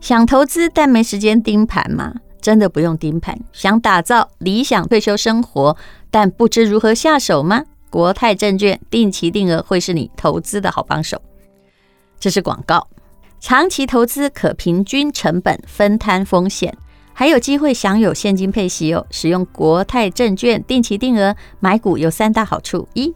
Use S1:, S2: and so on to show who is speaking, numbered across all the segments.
S1: 想投资但没时间盯盘吗？真的不用盯盘。想打造理想退休生活，但不知如何下手吗？国泰证券定期定额会是你投资的好帮手。这是广告。长期投资可平均成本分摊风险，还有机会享有现金配息哦。使用国泰证券定期定额买股有三大好处：一，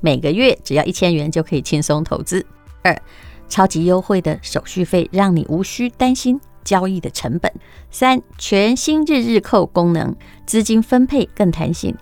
S1: 每个月只要一千元就可以轻松投资；二，超级优惠的手续费让你无需担心交易的成本；三，全新日日扣功能，资金分配更弹性。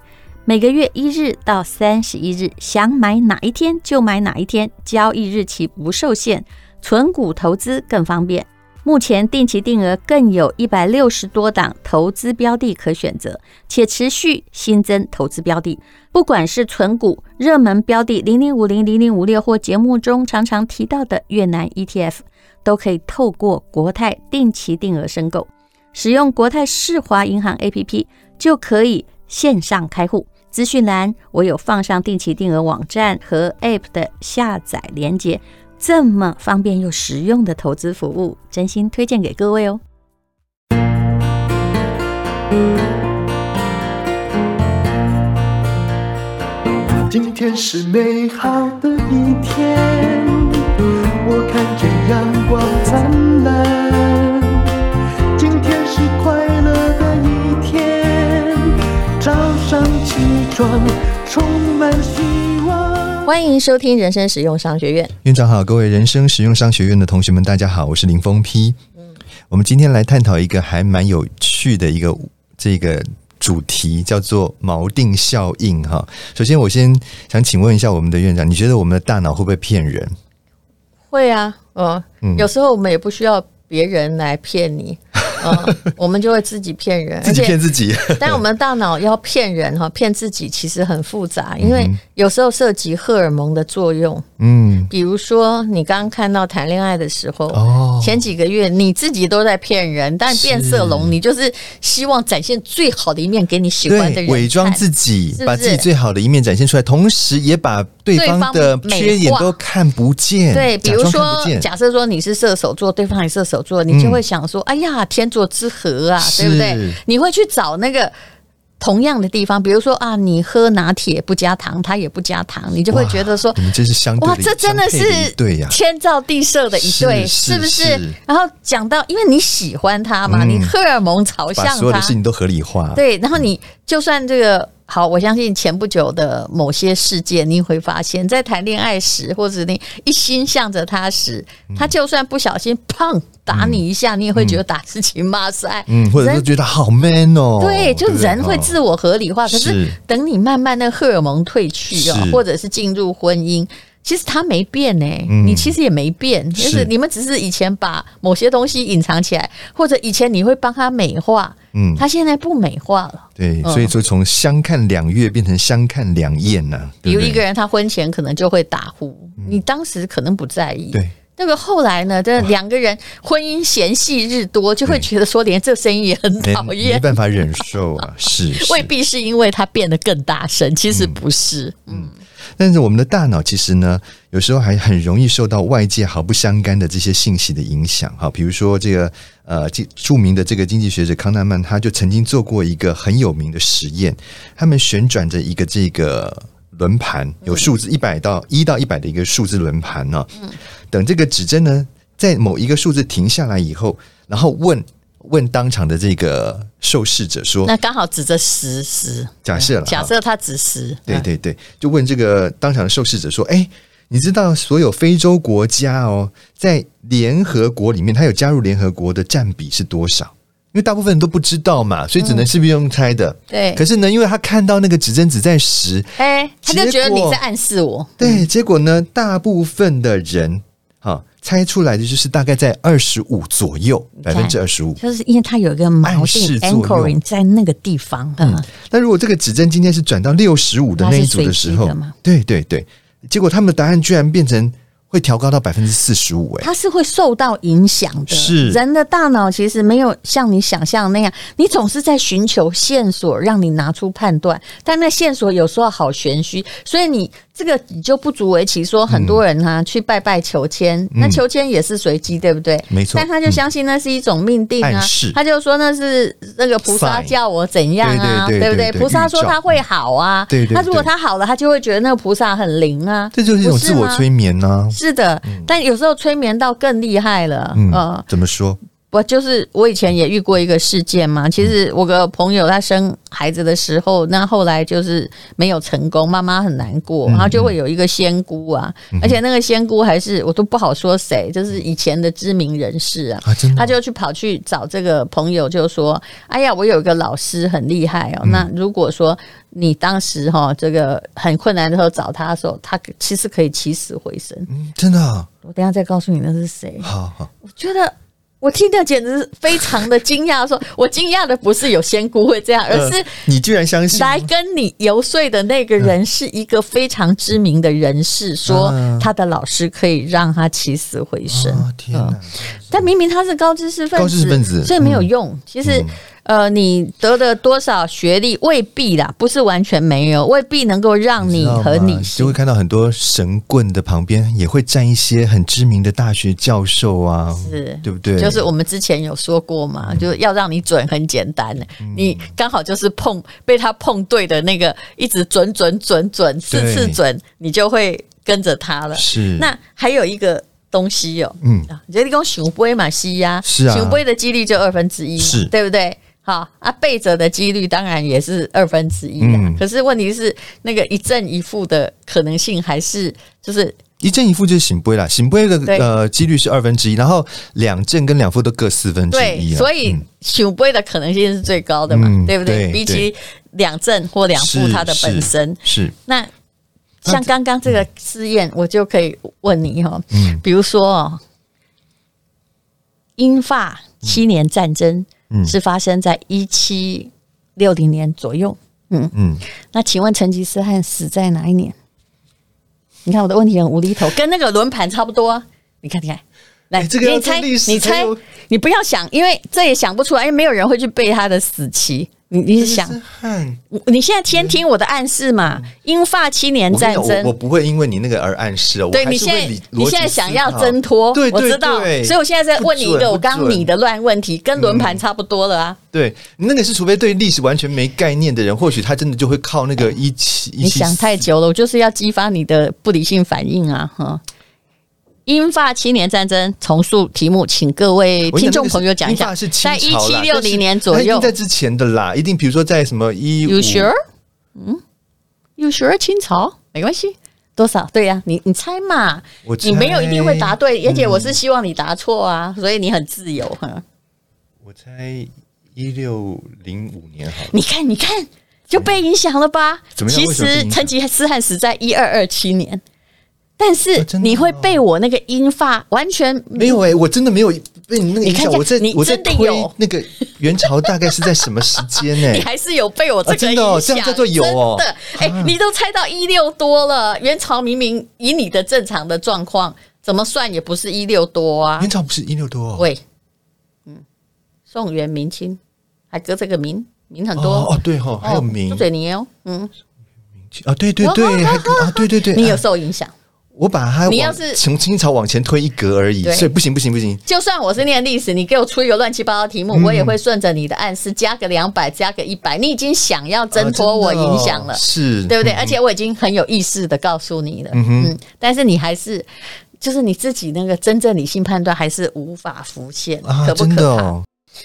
S1: 每个月一日到三十一日，想买哪一天就买哪一天，交易日期不受限，存股投资更方便。目前定期定额更有一百六十多档投资标的可选择，且持续新增投资标的。不管是存股、热门标的零零五零、零零五六或节目中常常提到的越南 ETF，都可以透过国泰定期定额申购。使用国泰世华银行 APP 就可以线上开户。资讯栏我有放上定期定额网站和 App 的下载连接，这么方便又实用的投资服务，真心推荐给各位哦。
S2: 今天是美好的一天，我看见阳光灿烂。今天是快乐的一天，早上起床充满希望。
S3: 欢迎收听人生实用商学院。
S4: 院长好，各位人生实用商学院的同学们，大家好，我是林峰批。我们今天来探讨一个还蛮有趣的一个这个主题，叫做锚定效应哈。首先，我先想请问一下我们的院长，你觉得我们的大脑会不会骗人？
S3: 会啊，嗯，有时候我们也不需要别人来骗你， 嗯，我们就会自己骗人，
S4: 自己骗
S3: 而且。
S4: 自 己？
S3: 但我们大脑要骗人哈，骗自己其实很复杂，因为有时候涉及荷尔蒙的作用。
S4: 嗯，
S3: 比如说，你刚刚看到谈恋爱的时候，
S4: 哦
S3: 前几个月你自己都在骗人，但变色龙，你就是希望展现最好的一面给你喜欢的
S4: 对，
S3: 人，
S4: 伪装自。己，
S3: 是不
S4: 把自己
S3: 是
S4: 最好的一面展现出来，同时也把对方
S3: 对
S4: 的
S3: 方美
S4: 缺点
S3: 化
S4: 都看不见，
S3: 对，比
S4: 假
S3: 如
S4: 装看
S3: 说
S4: 不，见
S3: 假设说你是射手座，对方也射手座，你就
S4: 嗯
S3: 会想说，哎呀，天作之合啊，
S4: 是
S3: 对不对？你会去找那个同样的地方，比如说啊，你喝拿铁不加糖，他也不加糖，你就会
S4: 哇
S3: 觉得说
S4: 你，们真是相嗯对
S3: 哇，
S4: 的
S3: 这真的
S4: 相配一
S3: 是
S4: 对呀、
S3: 天造地设的一对，
S4: 是
S3: 是不
S4: 是
S3: 是
S4: 是？
S3: 然后讲到，因为你喜欢他嘛，
S4: 嗯
S3: 你荷尔蒙朝向
S4: 把所有的
S3: 他
S4: 事，情都合理化，
S3: 对，然后你就算这个好，我相信前不久的某些事件，你会发现，在谈恋爱时，或者你一心向着他时，
S4: 嗯
S3: 他就算不小心砰打你一下，你也会觉得打自己骂塞，
S4: 嗯，或者
S3: 人
S4: 是觉得好 man 哦，
S3: 对，就
S4: 不
S3: 人会自我合理化。可是
S4: 是
S3: 等你慢慢的荷尔蒙褪去哦，
S4: 是
S3: 或者是进入婚姻，其实他没变呢、
S4: 嗯
S3: 你其实也没变，就是是你们只是以前把某些东西隐藏起来，或者以前你会帮他美化，
S4: 嗯
S3: 他现在不美化了。
S4: 对，
S3: 嗯
S4: 所以说从相看两月变成相看两厌呐、
S3: 比
S4: 对
S3: 如
S4: 不对嗯
S3: 一个人他婚前可能就会打呼，你当时可能不在意，
S4: 对。
S3: 那个后来呢？这两个人婚姻嫌隙日多，就会
S4: 对
S3: 觉得说连这声音也很
S4: 没
S3: 讨
S4: 哎 没
S3: 厌，
S4: 办法忍受啊，是是嗯
S3: 未必是因 为他变得更大声，其实不是。
S4: 哦但是我们的大脑其实呢，有时候还很容易受到外界毫不相干的这些信息的影响哈。比如说这个呃，这著名的这个经济学者康纳曼，他就曾经做过一个很有名的实验，他们旋转着一个这个轮盘，有数字一百到一到一百的一个数字轮盘呢、等这个指针呢，在某一个数字停下来以后，然后问问当场的这个受试者说，
S3: 那刚好指着十十，
S4: 假设了
S3: 假
S4: 哈
S3: 设他指十，
S4: 对
S3: 嗯，
S4: 对对，就问这个当场的受试者说：“哎，你知道所有非洲国家哦，在联合国里面，它有加入联合国的占比是多少？因为大部分人都不知道嘛，所以只能是不是用猜的。
S3: 嗯对
S4: 可是呢，因为他看到那个指针只在十，
S3: 哎、他就觉得
S4: 结
S3: 你
S4: 果
S3: 在嗯暗示我，
S4: 对，结果呢，大部分的人哈、猜出来的就是大概在二十五左右，百
S3: 看
S4: 分之二十五。
S3: 就是因为他有一个锚
S4: 暗
S3: 定
S4: 示作用
S3: anchoring 在那个地方，嗯，
S4: 那如果这个指针今天是转到六十五的那一组的时
S3: 它是随
S4: 候
S3: 机的吗，
S4: 对对对，结果他们的答案居然变成会调高到百分之四十五，哎、
S3: 他是会受到影响的。
S4: 是
S3: 人的大脑其实没有像你想象那样，你总是在寻求线索，让你拿出判断，但那线索有时候好玄虚，所以你这个你就不足为奇。说很多人
S4: 嗯
S3: 哈、去拜拜求签，那求签也是随机，对不对？
S4: 没错
S3: 但他就相信那是一种命定
S4: 嗯
S3: 啊
S4: 暗示，
S3: 他就说那是那个菩萨
S4: Sign
S3: 叫我怎样啊，
S4: 对对对
S3: 不
S4: 对对
S3: 对？菩萨说
S4: 预兆
S3: 他会好啊，
S4: 对对对
S3: 那如果他好了，他就会觉得那个菩萨很灵啊，
S4: 这就是一种
S3: 不是
S4: 自我
S3: 吗
S4: 催眠呢、
S3: 是啊的，但有时候催眠到更厉害了，
S4: 嗯，
S3: 呃，
S4: 怎么说？
S3: 我就是我以前也遇过一个事件嘛，其实我个朋友他生孩子的时候，那后来就是没有成功，妈妈很难过，然后就会有一个仙姑啊，而且那个仙姑还是我都不好说谁，就是以前的知名人士啊，
S4: 啊，真的
S3: 他就去跑去找这个朋友，就说：“哎呀，我有一个老师很厉害哦。那如果说你当时哈、这个很困难的时候找他的时候，他其实可以起死回生。
S4: 嗯真的啊、
S3: 我等一下再告诉你那是谁。
S4: 好好，
S3: 我觉得我听得简直非常的惊讶，说我惊讶的不是有仙姑会这样，而嗯是嗯
S4: 呃你居然相信
S3: 来跟你游说的那个人是一个非常知名的人士，说
S4: 嗯
S3: 他的老师可以让他起死回生。嗯
S4: 啊！天
S3: 呃
S4: 哪，
S3: 但明明他是高知识分子，
S4: 高知识分子
S3: 所以没有用。其实，呃，你得了多少学历未必啦，不是完全没有，未必能够让你
S4: 知道
S3: 和
S4: 吗
S3: 理
S4: 就
S3: 性
S4: 会。看到很多神棍的旁边也会站一些很知名的大学教授啊，
S3: 是
S4: 对不对？嗯
S3: 就是我们之前有说过嘛，就是要让你准很简单，你刚好就是碰被他碰对的那个，一直准准准准四
S4: 对
S3: 次准，你就会跟着他了。
S4: 是
S3: 那还有一个东西哦，
S4: 嗯
S3: 啊，你觉得讲熊杯嘛是呀，
S4: 是啊
S3: 熊杯的几率就二分之一嘛，
S4: 是
S3: 对不对？好啊，背着的几率当然也是二分之一啊
S4: 嗯。
S3: 可是问题是，那个一正一负的可能性还是就是
S4: 一正一负就是醒杯啦，醒杯的
S3: 对
S4: 呃几率是二分之一，然后两正跟两负都各四分之
S3: 对
S4: 一，啊。
S3: 所以
S4: 嗯
S3: 醒杯的可能性是最高的嘛，
S4: 嗯
S3: 对不对？
S4: 对
S3: 比起两正或两负它的本身，
S4: 是
S3: 那像刚刚这个试验，我就可以问你哦，
S4: 嗯
S3: 比如说哦，英法七年战争
S4: 嗯
S3: 是发生在一七六零年左右，
S4: 嗯，
S3: 那请问成吉思汗死在哪一年？你看我的问题很无厘头，跟那个轮盘差不多啊、你看，你看，来，
S4: 哎这个要
S3: 你猜，
S4: 做历史
S3: 你
S4: 才
S3: 猜
S4: 有，
S3: 你不要想，因为这也想不出来，因为没有人会去背他的死期。你你是想
S4: 成吉，思汗
S3: 我你现在先听我的暗示嘛？英法七年
S4: 嗯我跟
S3: 战
S4: 你讲
S3: 争
S4: 我我，不会因为你那个而暗示哦，
S3: 对
S4: 我还
S3: 你
S4: 是
S3: 现
S4: 会
S3: 在
S4: 理
S3: 你现在想要挣脱，
S4: 逻辑思考对
S3: 我
S4: 对
S3: 知道，
S4: 对
S3: 所以我现在在问你一
S4: 不准
S3: 个我
S4: 不
S3: 刚
S4: 准嗯
S3: 你的乱问题，跟轮盘差不多了啊。
S4: 对，那个是除非对历史完全没概念的人，或许他真的就会靠那个一七一
S3: 你
S4: 七
S3: 想太久了，我就是要激发你的不理性反应啊！哈，英法七年战争，重述题目，请各位
S4: 我跟
S3: 听
S4: 你讲
S3: 众朋友讲一
S4: 那
S3: 下，
S4: 个是
S3: 在一
S4: 清朝
S3: 七
S4: 啦
S3: 六
S4: 但是
S3: 零年左
S4: 那一定
S3: 右
S4: 在之前的啦，一定比如说在什么一
S3: ，You sure？嗯，You sure？清朝没关系，多少？对呀、你你猜嘛
S4: 我，
S3: 你没有一定会答对，
S4: 猜
S3: 而且我是希望你答错啊，所以你很自由哈。
S4: 我猜一六零五年好了，
S3: 你看，你看，就被影响了吧？
S4: 怎么样
S3: 其
S4: 为什么被
S3: 实
S4: 影响
S3: 成吉思汗死在一二二七年，但
S4: 啊
S3: 是
S4: 真的
S3: 你会
S4: 哦
S3: 被我那个英法完全
S4: 没有哎、我真的没有被你那个影
S3: 你看
S4: 响，
S3: 一下
S4: 我在
S3: 你
S4: 我在
S3: 真的
S4: 推
S3: 有
S4: 那个元朝大概是在什么时间呢、哎
S3: 你还是有被我这
S4: 啊
S3: 个
S4: 真
S3: 影
S4: 的
S3: 响，
S4: 哦这样叫做有哦
S3: 真的，哎、你都猜到一六多了，元朝明明以你的正常的状况，怎么算也不是一六多啊
S4: 元。朝不是一六多、哦？
S3: 喂，嗯，宋元明清还隔这个明明很多
S4: 哦哦对吼、还有明
S3: 朱水泥哦，嗯，
S4: 啊，对对对，还啊对对对，
S3: 你有
S4: 啊
S3: 受影响。
S4: 我把它
S3: 你
S4: 往
S3: 要是
S4: 从清朝往前推一格而已，
S3: 对
S4: 所以不行不行不行，
S3: 就算我是念历史，你给我出一个乱七八糟的题目，
S4: 嗯
S3: 我也会顺着你的暗示加个两百，加个一百。你已经想要挣脱我影响了，
S4: 啊真的哦是
S3: 对不对？而且我已经很有意识的告诉你了，嗯但是你还是。就是你自己那个真正理性判断还是无法浮现，
S4: 啊，
S3: 可不可
S4: 真的
S3: 怕？
S4: 哦，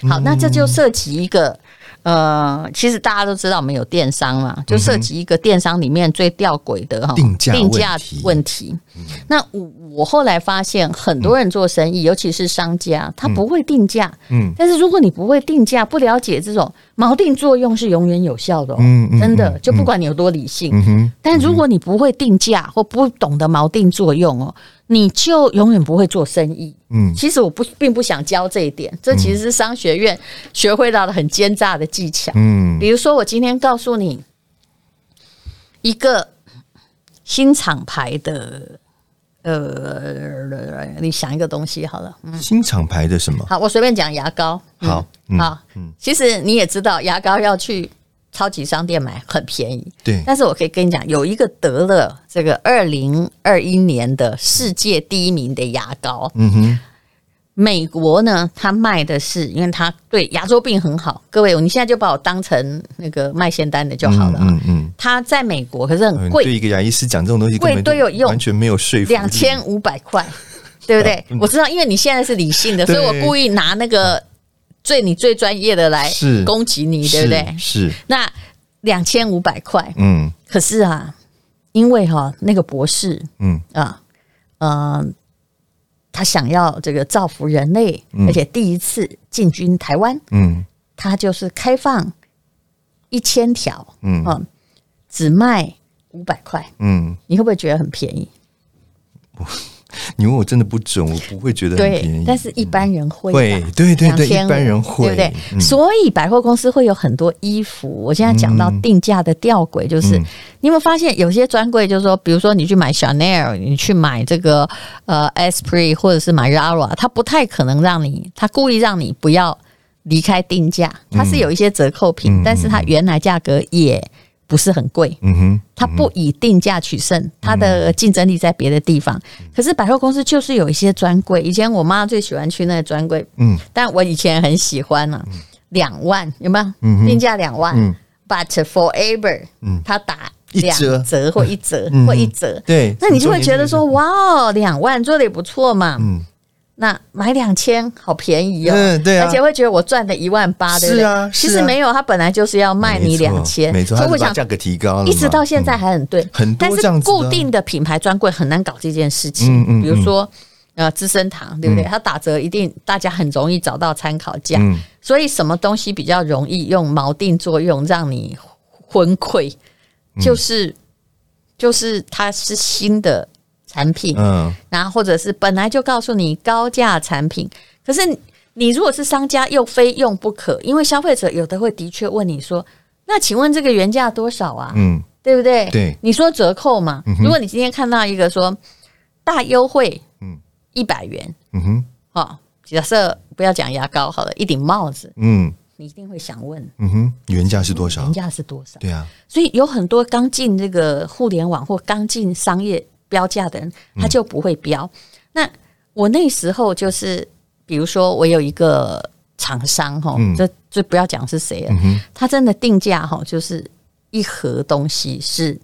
S3: 好，那这
S4: 嗯
S3: 就涉及一个呃，其实大家都知道我们有电商嘛，就涉及一个电商里面最吊诡的哈
S4: 嗯定价
S3: 定价
S4: 问题
S3: 问题。那我我后来发现，很多人做生意，尤其是商家，他不会定价。
S4: 嗯
S3: 但是如果你不会定价，不了解这种锚定作用是永远有效的、哦，
S4: 嗯嗯
S3: 真
S4: 嗯
S3: 的，就
S4: 嗯
S3: 不管你有多理性，
S4: 嗯哼。
S3: 但如果你不会定价或不懂得锚定作用哦，你就永远不会做生意。
S4: 嗯
S3: 其实我不并不想教这一点，这其实是商学院学会到的很奸诈的技巧。
S4: 嗯
S3: 比如说，我今天告诉你一个新厂牌的，呃，你想一个东西好了。嗯，
S4: 新厂牌的什么？
S3: 好，我随便讲牙膏。嗯
S4: 好嗯
S3: 好，其实你也知道，牙膏要去超级商店买很便宜，
S4: 对，
S3: 但是我可以跟你讲，有一个得了这个二零二一年的世界第一名的牙膏，
S4: 嗯哼，
S3: 美国呢，它卖的是，因为它对牙周病很好。各位，你现在就把我当成那个卖仙丹的就好了啊。
S4: 嗯嗯
S3: 它在美国可是
S4: 嗯
S3: 很
S4: 嗯，对
S3: 贵，
S4: 一个牙医师讲这种东西根
S3: 贵
S4: 本
S3: 都
S4: 就
S3: 有用
S4: 完全没有说服力。
S3: 两千五百块， 对不对？我知道，因为你现在是理性的，所
S4: 对
S3: 以我故意拿那个最你最专业的来
S4: 是
S3: 攻击你，对不对？
S4: 是，是
S3: 那两千五百块，
S4: 嗯
S3: 可是啊，因为哈、那个博士
S4: 嗯
S3: 啊，呃，他想要这个造福人类，
S4: 嗯
S3: 而且第一次进军台湾，
S4: 嗯
S3: 他就是开放一千条，
S4: 嗯
S3: 啊，只卖五百块，
S4: 嗯，
S3: 你会不会觉得很便宜？
S4: 你问我真的不准，我不会觉得很便
S3: 对
S4: 宜，，
S3: 但是一般人会吧。
S4: 会，对对对，
S3: 2500
S4: 一般人会，
S3: 对不对？
S4: 嗯
S3: 所以百货公司会有很多衣服。我现在讲到
S4: 嗯
S3: 定价的吊诡，就是、
S4: 嗯
S3: 你有没有发现有些专柜，就是说，比如说你去买 Chanel，你去买这个呃 Esprit 或者是买 Zara，它不太可能让你，它故意让你不要离开定价，它是有一些折扣品，
S4: 嗯
S3: 但是它原来价格也不是很贵。
S4: 嗯哼，
S3: 它不以定价取胜，它的竞争力在别的地方。可是百货公司就是有一些专柜，以前我妈最喜欢去那个专柜，
S4: 嗯
S3: 但我以前很喜欢啊，两万有没有？
S4: 嗯哼
S3: 定价两万、
S4: 嗯
S3: b u t forever，
S4: 嗯
S3: 它打
S4: 一
S3: 两
S4: 折
S3: 折或一折
S4: 嗯
S3: 或一折，
S4: 对，
S3: 那你就会觉得说，
S4: 你
S3: 哇哦，两万做的也不错嘛。
S4: 嗯
S3: 那买两千好便宜哦，
S4: 嗯对啊
S3: 而且会觉得我赚的一万八，对不对？
S4: 是啊
S3: 其
S4: 是
S3: 实
S4: 啊
S3: 没有，他本来就是要卖
S4: 没
S3: 你
S4: 错
S3: 两千，
S4: 没错，
S3: 所以我
S4: 它是把
S3: 想
S4: 价格提高了嘛，
S3: 一直到现在还很对，
S4: 嗯很多
S3: 但
S4: 这样
S3: 是
S4: 子的啊
S3: 固定的品牌专柜很难搞这件事
S4: 嗯
S3: 情。
S4: 嗯嗯
S3: 比如说，呃，资生堂对不对？
S4: 嗯
S3: 它打折一定大家很容易找到参考价，
S4: 嗯，
S3: 所以什么东西比较容易用锚定作用让你昏溃，
S4: 嗯
S3: 就是就是它是新的产品，
S4: 嗯
S3: 然后或者是本来就告诉你高价产品，可是你你如果是商家又非用不可，因为消费者有的会的确问你说。那请问这个原价多少啊？
S4: 嗯
S3: 对不对？
S4: 对嗯
S3: 你说折扣嘛？
S4: 哼
S3: 如果你今天看到一个说大优惠，
S4: 嗯
S3: 嗯，一百元，
S4: 嗯哼
S3: 哦，假设不要讲牙膏好了，一顶帽子，
S4: 嗯
S3: 你一定会想问
S4: 嗯哼，原价是多少
S3: 原？价是多少？
S4: 对啊，
S3: 所以有很多刚进这个互联网或刚进商业标价的人，他就不会标。那我那时候就是，比如说我有一个厂商哈
S4: 嗯，
S3: 这这不要讲是谁了，
S4: 嗯哼，
S3: 他真的定价哈，就是一盒东西是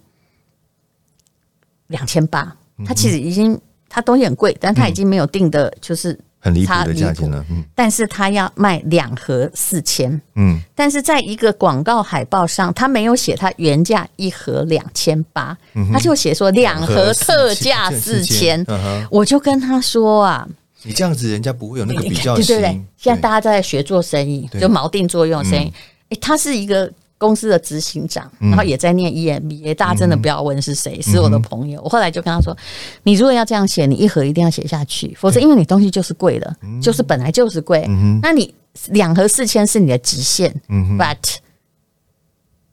S3: 两千八，
S4: 嗯
S3: 他其实已经他东西很贵，但他已经没有定的，就是
S4: 很离谱
S3: 差
S4: 的
S3: 离
S4: 价
S3: 谱
S4: 钱了，嗯
S3: 但是他要卖两盒四千，
S4: 嗯
S3: 但是在一个广告海报上，他没有写他原价一盒两千八，他就写说两盒特价四千
S4: 4000。嗯哼
S3: 我就跟他说啊，
S4: 你这样子人家不会有那个比较
S3: 对
S4: 心，
S3: 对对，现在大家在学做生意，
S4: 对
S3: 就锚定作用生
S4: 嗯
S3: 意。诶，他是一个公司的执行长，然后也在念 EMBA，大家真的不要问是
S4: 嗯
S3: 谁，是我的朋友。我后来就跟他说，你如果要这样写，你一盒一定要写下去，否则因为你东西就是贵了，
S4: 嗯
S3: 就是本来就是贵，那你两盒四千是你的极限
S4: 嗯
S3: ，but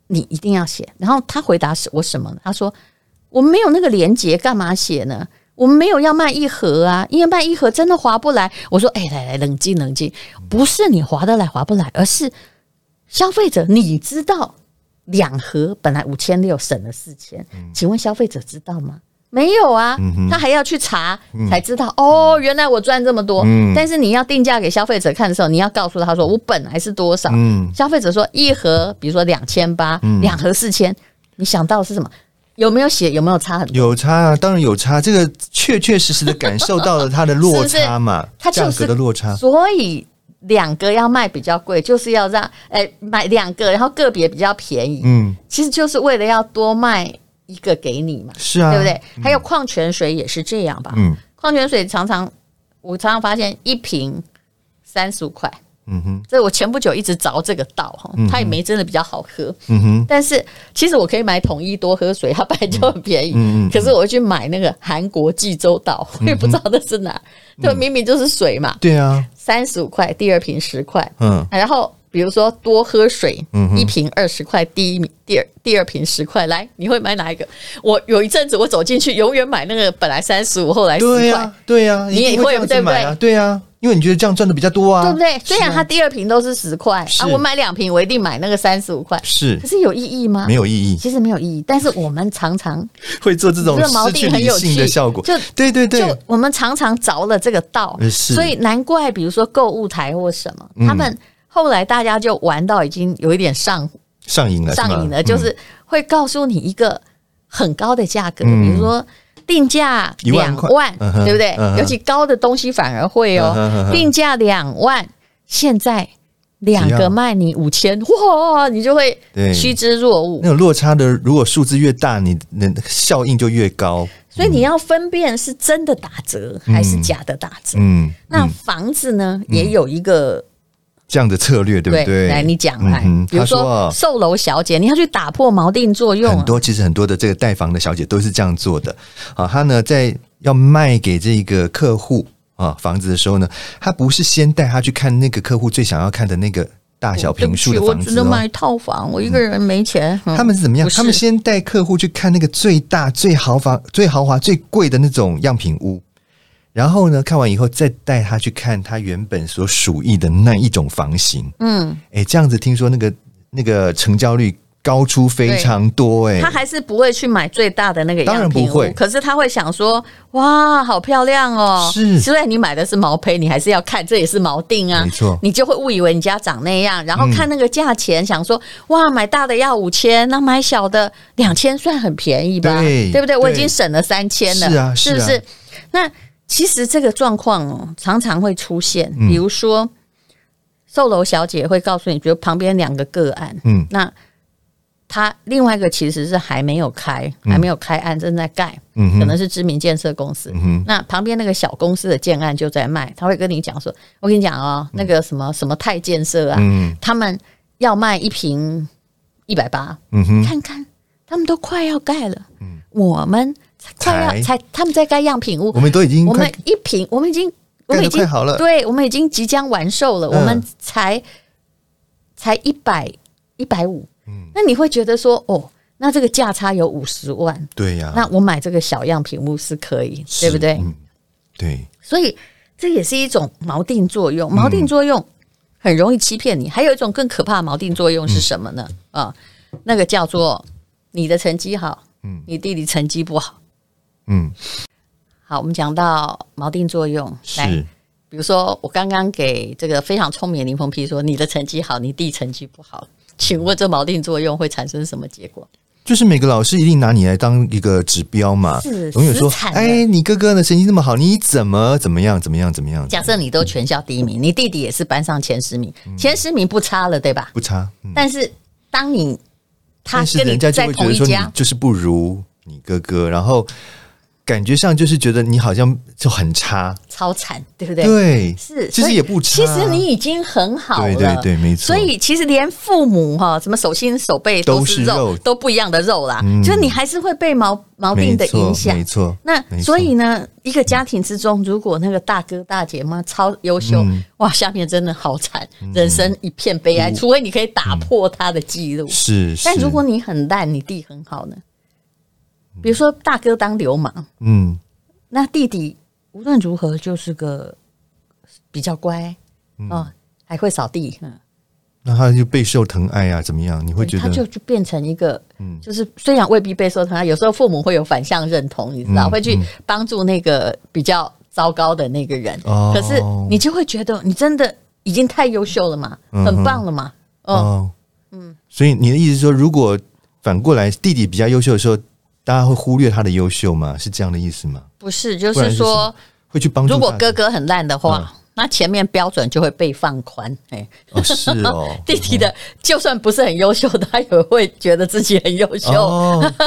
S3: 你一定要写。然后他回答是我什么呢？他说我们没有那个连接，干嘛写呢？我们没有要卖一盒啊，因为卖一盒真的划不来。我说，哎、来来，冷静冷静，不是你划得来划不来，而是消费者你知道两盒本来五千六省了四千，
S4: 嗯
S3: 请问消费者知道吗？没有啊，他还要去查才知道、哦，原来我赚这么多。
S4: 嗯
S3: 但是你要定价给消费者看的时候，你要告诉他说我本来是多少，
S4: 嗯
S3: 消费者说一盒，比如说两千八，两盒四千，你想到的是什么？有没有写？有没有差很多？
S4: 有差啊，当然有差，这个确确实实的感受到了它的落差嘛，
S3: 它就
S4: 价
S3: 是
S4: 格的落差，
S3: 所以两个要卖比较贵，就是要让哎、买两个，然后个别比较便宜，
S4: 嗯，
S3: 其实就是为了要多卖一个给你嘛，
S4: 是啊，
S3: 对不对？？还有矿泉水也是这样吧？
S4: 嗯
S3: 矿泉水常常我常常发现一瓶三十五块，
S4: 嗯哼
S3: 这我前不久一直着这个道哈，它也没真的比较好喝。
S4: 嗯哼
S3: 但是其实我可以买统一多喝水，它本来就很便宜。
S4: 嗯嗯嗯
S3: 可是我会去买那个韩国济州岛，我也不知道那是
S4: 嗯
S3: 哪，就明明就是水嘛，
S4: 对啊，
S3: 三十五块，第二瓶十块。
S4: 嗯
S3: 然后比如说多喝水，
S4: 嗯哼
S3: 一瓶二十块，第一名第二第二瓶十块，来你会买哪一个？我有一阵子我走进去，永远买那个本来三十五，后来十
S4: 对啊
S3: 块。
S4: 呀，对呀，
S3: 你也
S4: 一定
S3: 会
S4: 这样子买啊，对呀，因为你觉得这样赚的比较多啊，
S3: 对不对？虽然它第二瓶都是十块
S4: 是
S3: 啊，我买两瓶，我一定买那个三十五块，
S4: 是
S3: 可是有意义吗？
S4: 没，有意义，
S3: 啊其实没有意义。但是我们常常
S4: 会做这种
S3: 这个锚
S4: 失去
S3: 定很
S4: 理
S3: 有
S4: 性的
S3: 趣，
S4: 效果。
S3: 就
S4: 对对对，
S3: 就我们常常着了这个道
S4: 呃，是
S3: 所以难怪，比如说购物台或什么，
S4: 嗯
S3: 他们后来大家就玩到已经有一点上
S4: 上瘾了，是吗
S3: 上瘾了，就
S4: 嗯
S3: 是会告诉你一个很高的价格，
S4: 嗯
S3: 比如说。定价
S4: 一万
S3: 两
S4: 块
S3: 万
S4: 嗯哼，
S3: 对不对
S4: 嗯？哼
S3: 尤其高的东西反而会
S4: 嗯哼嗯
S3: 哦
S4: 哼，
S3: 定价两万，现在两
S4: 只要
S3: 个卖你五千，哇，你就会
S4: 嗯对嗯
S3: 趋之若鹜
S4: 那。种落差的，如果数字越大，你的效应就越高。
S3: 所以你要分辨是真的打折还是
S4: 嗯
S3: 假的打折。
S4: 嗯，
S3: 那
S4: 嗯
S3: 房子呢，也有一个
S4: 这样的策略对不对？
S3: 来你讲来，
S4: 嗯哼
S3: 比如
S4: 他说
S3: 说
S4: 啊
S3: 售楼小姐，你要去打破锚定作用啊、
S4: 很多其实很多的这个带房的小姐都是这样做的啊，她呢在要卖给这个客户啊房子的时候呢，她不是先带她去看那个客户最想要看的那个大小
S3: 哦对不
S4: 平数
S3: 起
S4: 的
S3: 我
S4: 房
S3: 只
S4: 子
S3: 能
S4: 哦
S3: 买。套房，我一个人没钱。嗯
S4: 他们是怎么样
S3: 不？是
S4: 他们先带客户去看那个最大、最豪华、最豪华、最贵的那种样品屋，然后呢，看完以后再带他去看他原本所属意的那一种房型。
S3: 嗯，
S4: 哎，这样子听说那个那个成交率高出非常多哎、
S3: 他还是不会去买最大的那个
S4: 当然
S3: 样品
S4: 不
S3: 屋
S4: 会，
S3: 可是他会想说，哇，好漂亮哦！
S4: 是
S3: 虽然你买的是毛坯，你还是要看，这也是锚定啊，
S4: 没错
S3: 你就会误以为你家长那样，然后
S4: 嗯
S3: 看那个价钱，想说，哇，买大的要五千，那买小的两千算很便宜吧？
S4: 对
S3: 不对？我已
S4: 对
S3: 经省了三千了，
S4: 是啊
S3: 是不
S4: 是
S3: 是
S4: 啊？
S3: 那其实这个状况哦，常常会出现，
S4: 嗯
S3: 比如说。售楼小姐会告诉你，比如旁边两个个案，
S4: 嗯
S3: 那他另外一个其实是还没有开，
S4: 嗯
S3: 还没有开案，正在盖，
S4: 嗯哼，
S3: 可能是知名建设公司。
S4: 嗯哼
S3: 那旁边那个小公司的建案就在卖，他会跟你讲说：“我跟你讲哦，那个什么什么泰建设啊，
S4: 嗯
S3: 他们要卖一平一百八，
S4: 嗯哼，嗯
S3: 看看他们都快要盖了，我们才快要
S4: 才
S3: 才他们在盖样品屋
S4: 我，们都已经
S3: 我
S4: 快
S3: 们一平，我们已经，我们已
S4: 盖
S3: 经
S4: 得快好了
S3: 对，我们已经即将完售了，
S4: 嗯
S3: 我们才才一百一百五，
S4: 嗯
S3: 那你会觉得说，哦，那这个价差有五十万，
S4: 对呀、
S3: 那我买这个小样品屋是可以，对不对
S4: 啊是？嗯，对，
S3: 所以这也是一种锚定作
S4: 嗯
S3: 用，锚定作用很容易欺骗你。还有一种更可怕的锚定作用是什么呢？啊，那个叫做你的成绩好，
S4: 嗯
S3: 你弟弟成绩不好。
S4: 嗯
S3: 好，我们讲到锚定作用，来
S4: 是，
S3: 比如说，我刚刚给这个非常聪明的林鹏批说，你的成绩好，你弟成绩不好，请问这锚定作用会产生什么结果？
S4: 就是每个老师一定拿你来当一个指标嘛，
S3: 是
S4: 永远说
S3: 死缠，的
S4: 哎，你哥哥的成绩那么好，你怎么怎么样怎么样怎么样？
S3: 假设你都全校第一名，你弟弟也是班上前十名，
S4: 嗯
S3: 前十名不差了，对吧？
S4: 不差，嗯。
S3: 但是当你他
S4: 但是
S3: 跟你
S4: 人家就
S3: 在
S4: 会觉
S3: 同
S4: 得
S3: 一
S4: 说你
S3: 家，
S4: 就是不如你哥哥，然后感觉上就是觉得你好像就很差，
S3: 超惨，对不对？
S4: 对，
S3: 是，
S4: 其
S3: 所
S4: 实
S3: 以
S4: 也不差，
S3: 其实你已经很好了，
S4: 对对对没错
S3: 所以其实连父母哈，什么手心手背
S4: 都
S3: 都
S4: 是
S3: 是肉，都
S4: 肉
S3: 不一样的肉啦，
S4: 嗯
S3: 就是你还是会被毛毛
S4: 没
S3: 病的
S4: 错
S3: 影响
S4: 没。错，
S3: 那
S4: 没错
S3: 所以呢，一个家庭之中，如果那个大哥大姐妈超优秀，
S4: 嗯
S3: 哇，下面真的好惨，人生一片悲哀。除非你可以
S4: 嗯
S3: 打破他的记录，
S4: 是，是
S3: 但如果你很烂，你弟很好呢？比如说大哥当流氓，
S4: 嗯
S3: 那弟弟无论如何就是个比较乖
S4: 嗯
S3: 哦，还会扫地，嗯，
S4: 那他就备受疼爱啊，怎么样？你会觉
S3: 他就
S4: 得嗯
S3: 就变成一个，就是虽然未必备受疼爱，有时候父母会有反向认同，你知道，
S4: 嗯
S3: 会去帮助那个比较糟糕的那个人，
S4: 哦
S3: 可是你就会觉得你真的已经太优秀了嘛，
S4: 嗯哼
S3: 很棒了嘛，哦，
S4: 哦，嗯，所以你的意思是说，如果反过来弟弟比较优秀的时候，大家会忽略他的优秀吗？是这样的意思吗？
S3: 不是，就
S4: 不然
S3: 是
S4: 是什么
S3: 说，
S4: 会去帮助
S3: 如果
S4: 他
S3: 哥
S4: 的
S3: 哥很烂的话，
S4: 嗯
S3: 那前面标准就会被放宽，哎、，
S4: 哦是哦
S3: 弟弟的就算不是很优秀，他也会觉得自己很优秀。
S4: 哦，哎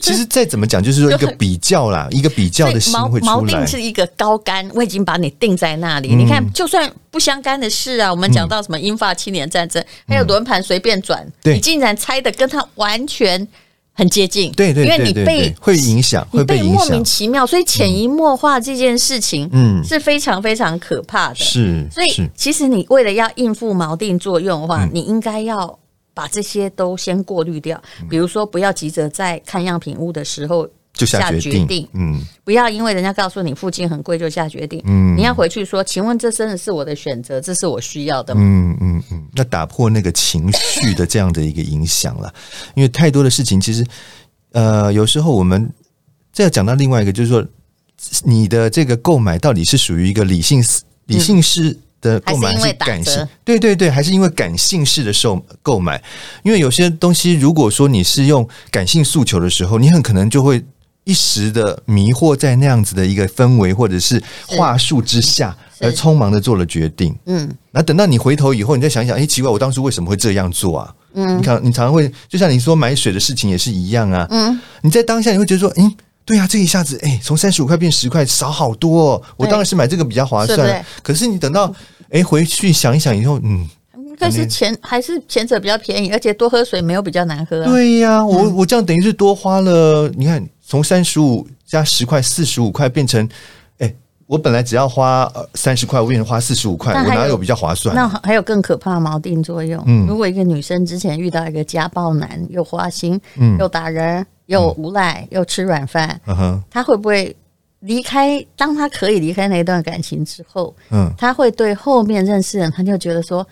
S4: 其实再怎么讲，就是说一个比较啦，一个比较
S3: 所以
S4: 的心
S3: 锚
S4: 会出
S3: 锚
S4: 来
S3: 定。
S4: 嗯
S3: 是一个高杆，我已经把你定在那里。你看，就算不相干的事啊，我们讲到什么英法七年战争，还有轮盘随便转，
S4: 嗯对
S3: 你竟然猜的跟他完全很接近。
S4: 对对
S3: 因为
S4: 对
S3: 你
S4: 对
S3: 被
S4: 对，会影响，
S3: 你
S4: 会被影
S3: 莫
S4: 响
S3: 名，其妙，所以潜移默化这件事情，
S4: 嗯
S3: 是非常非常可怕的。
S4: 是，
S3: 所以
S4: 是，
S3: 其实你为了要应付锚定作用的
S4: 嗯
S3: 话，你应该要把这些都先过滤掉。比如说，不要急着在看样品屋的时候
S4: 嗯就下
S3: 下
S4: 决
S3: 决
S4: 定，
S3: 定
S4: 嗯
S3: 不要因为人家告诉你附近很贵就下决定。
S4: 嗯
S3: 你要回去说，请问这真的是我的选择，这是我需要的吗？
S4: 嗯嗯嗯，那打破那个情绪的这样的一个影响了， 因为太多的事情其实，呃，有时候我们这要讲到另外一个，就是说你的这个购买到底是属于一个理性思理性式的购买，
S3: 还是因为打折
S4: 感性？对对对，还是因为感性式的售购买？因为有些东西，如果说你是用感性诉求的时候，你很可能就会。一时的迷惑在那样子的一个氛围或者是话术之下，
S3: 是
S4: 而匆忙的做了决定。
S3: 嗯，
S4: 那等到你回头以后，你再想一想，哎、奇怪，我当初为什么会这样做啊？嗯，你看，你常常会，就像你说买水的事情也是一样啊。嗯，你在当下你会觉得说，嗯，对啊，这一下子，哎、从三十五块变十块，少好多、哦。我
S3: 对
S4: 当然是买这个比较划算
S3: 是
S4: 啊。
S3: 不是
S4: 可是你等到，哎、回去想一想以后，嗯，
S3: 应该是前还是前者比较便宜，而且多喝水没有比较难喝、啊。
S4: 对呀、我我这样等于是多花了，你看，从三十五加十块，四十五块变成，哎、我本来只要花呃三十块，我变成花四十五块，
S3: 但
S4: 我
S3: 还有
S4: 哪有比较划算啊？
S3: 那还有更可怕的锚定作用。
S4: 嗯
S3: 如果一个女生之前遇到一个家暴男，又花心，
S4: 嗯
S3: 又打人，又无赖，又吃软饭，
S4: 嗯哼，
S3: 她会不会离开？当她可以离开那段感情之后，
S4: 嗯。
S3: 她会对后面认识的人，她就觉得说，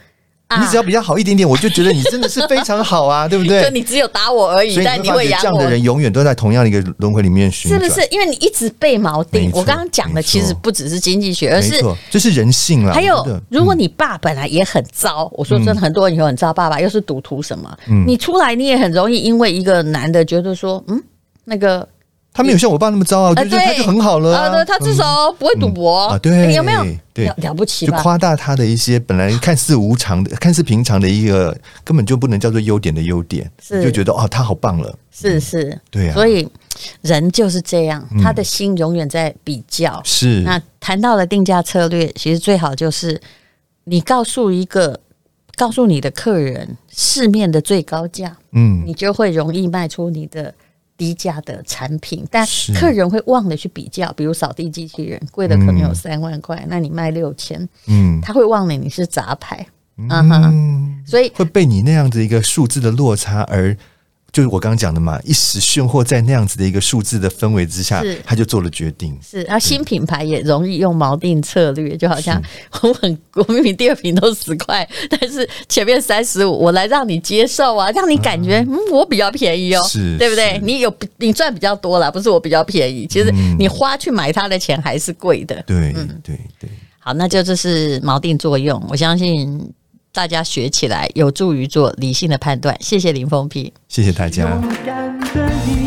S3: 啊，
S4: 你只要比较好一点点，我就觉得你真的是非常好 啊，对不对
S3: 就？你只有打我而已
S4: 所，以
S3: 但
S4: 你
S3: 你
S4: 会发
S3: 会
S4: 觉
S3: 养
S4: 这样
S3: 我
S4: 的。人永远都在同样的一个轮回里面旋
S3: 是
S4: 转，
S3: 不是？因为你一直被锚定
S4: 没。错
S3: 我刚刚讲的
S4: 没错
S3: 其实不只是经济学，而
S4: 没
S3: 是
S4: 错，这是人性啦。
S3: 还
S4: 我觉
S3: 有
S4: 得，嗯
S3: 如果你爸本来也很糟，我说真的，很多人以后很糟，爸爸又是赌徒什么，
S4: 嗯
S3: 你出来你也很容易因为一个男的觉得说，嗯，那个
S4: 他没有像我爸那么糟啊，我就
S3: 呃
S4: 觉得他
S3: 对
S4: 就很好了
S3: 啊，
S4: 啊
S3: 对，他至
S4: 嗯
S3: 少不会赌博
S4: 啊，对，
S3: 有没有
S4: 对
S3: 了了不起
S4: 就
S3: 吧？
S4: 夸大他的一些本来看似无常的、看似平常的一个根本就不能叫做优点的优点，
S3: 是
S4: 你就觉得哦，他好棒了。
S3: 是是，
S4: 对啊嗯
S3: 所以人就是这样，他的心永远在比较。
S4: 是，
S3: 那谈到了定价策略，其实最好就是你告诉一个告诉你的客人市面的最高价，
S4: 嗯，
S3: 你就会容易卖出你的低价的产品，但
S4: 是
S3: 客人会忘了去比较，比如扫地机器人，贵的可能有三万块，那你卖六千，
S4: 嗯，
S3: 他会忘了你是杂牌，嗯哼，
S4: 嗯，
S3: 所以
S4: 会被你那样子一个数字的落差而。就是我刚刚讲的嘛，一时炫惑在那样子的一个数字的氛围之下
S3: 是，
S4: 他就做了决定。
S3: 是啊，新品牌也容易用锚定策略，就好像 我很我明明第二瓶都十块，但是前面三十五，我来让你接受啊，让你感觉嗯我比较便宜哦，
S4: 是
S3: 对不对
S4: 是？
S3: 你有你赚比较多啦，不是我比较便宜，其实你花去买它的钱还是贵的，
S4: 对对对，
S3: 好，那就这是锚定作用，我相信大家学起来有助于做理性的判断。谢谢林峰平。
S4: 谢谢大家。
S2: 勇敢的你，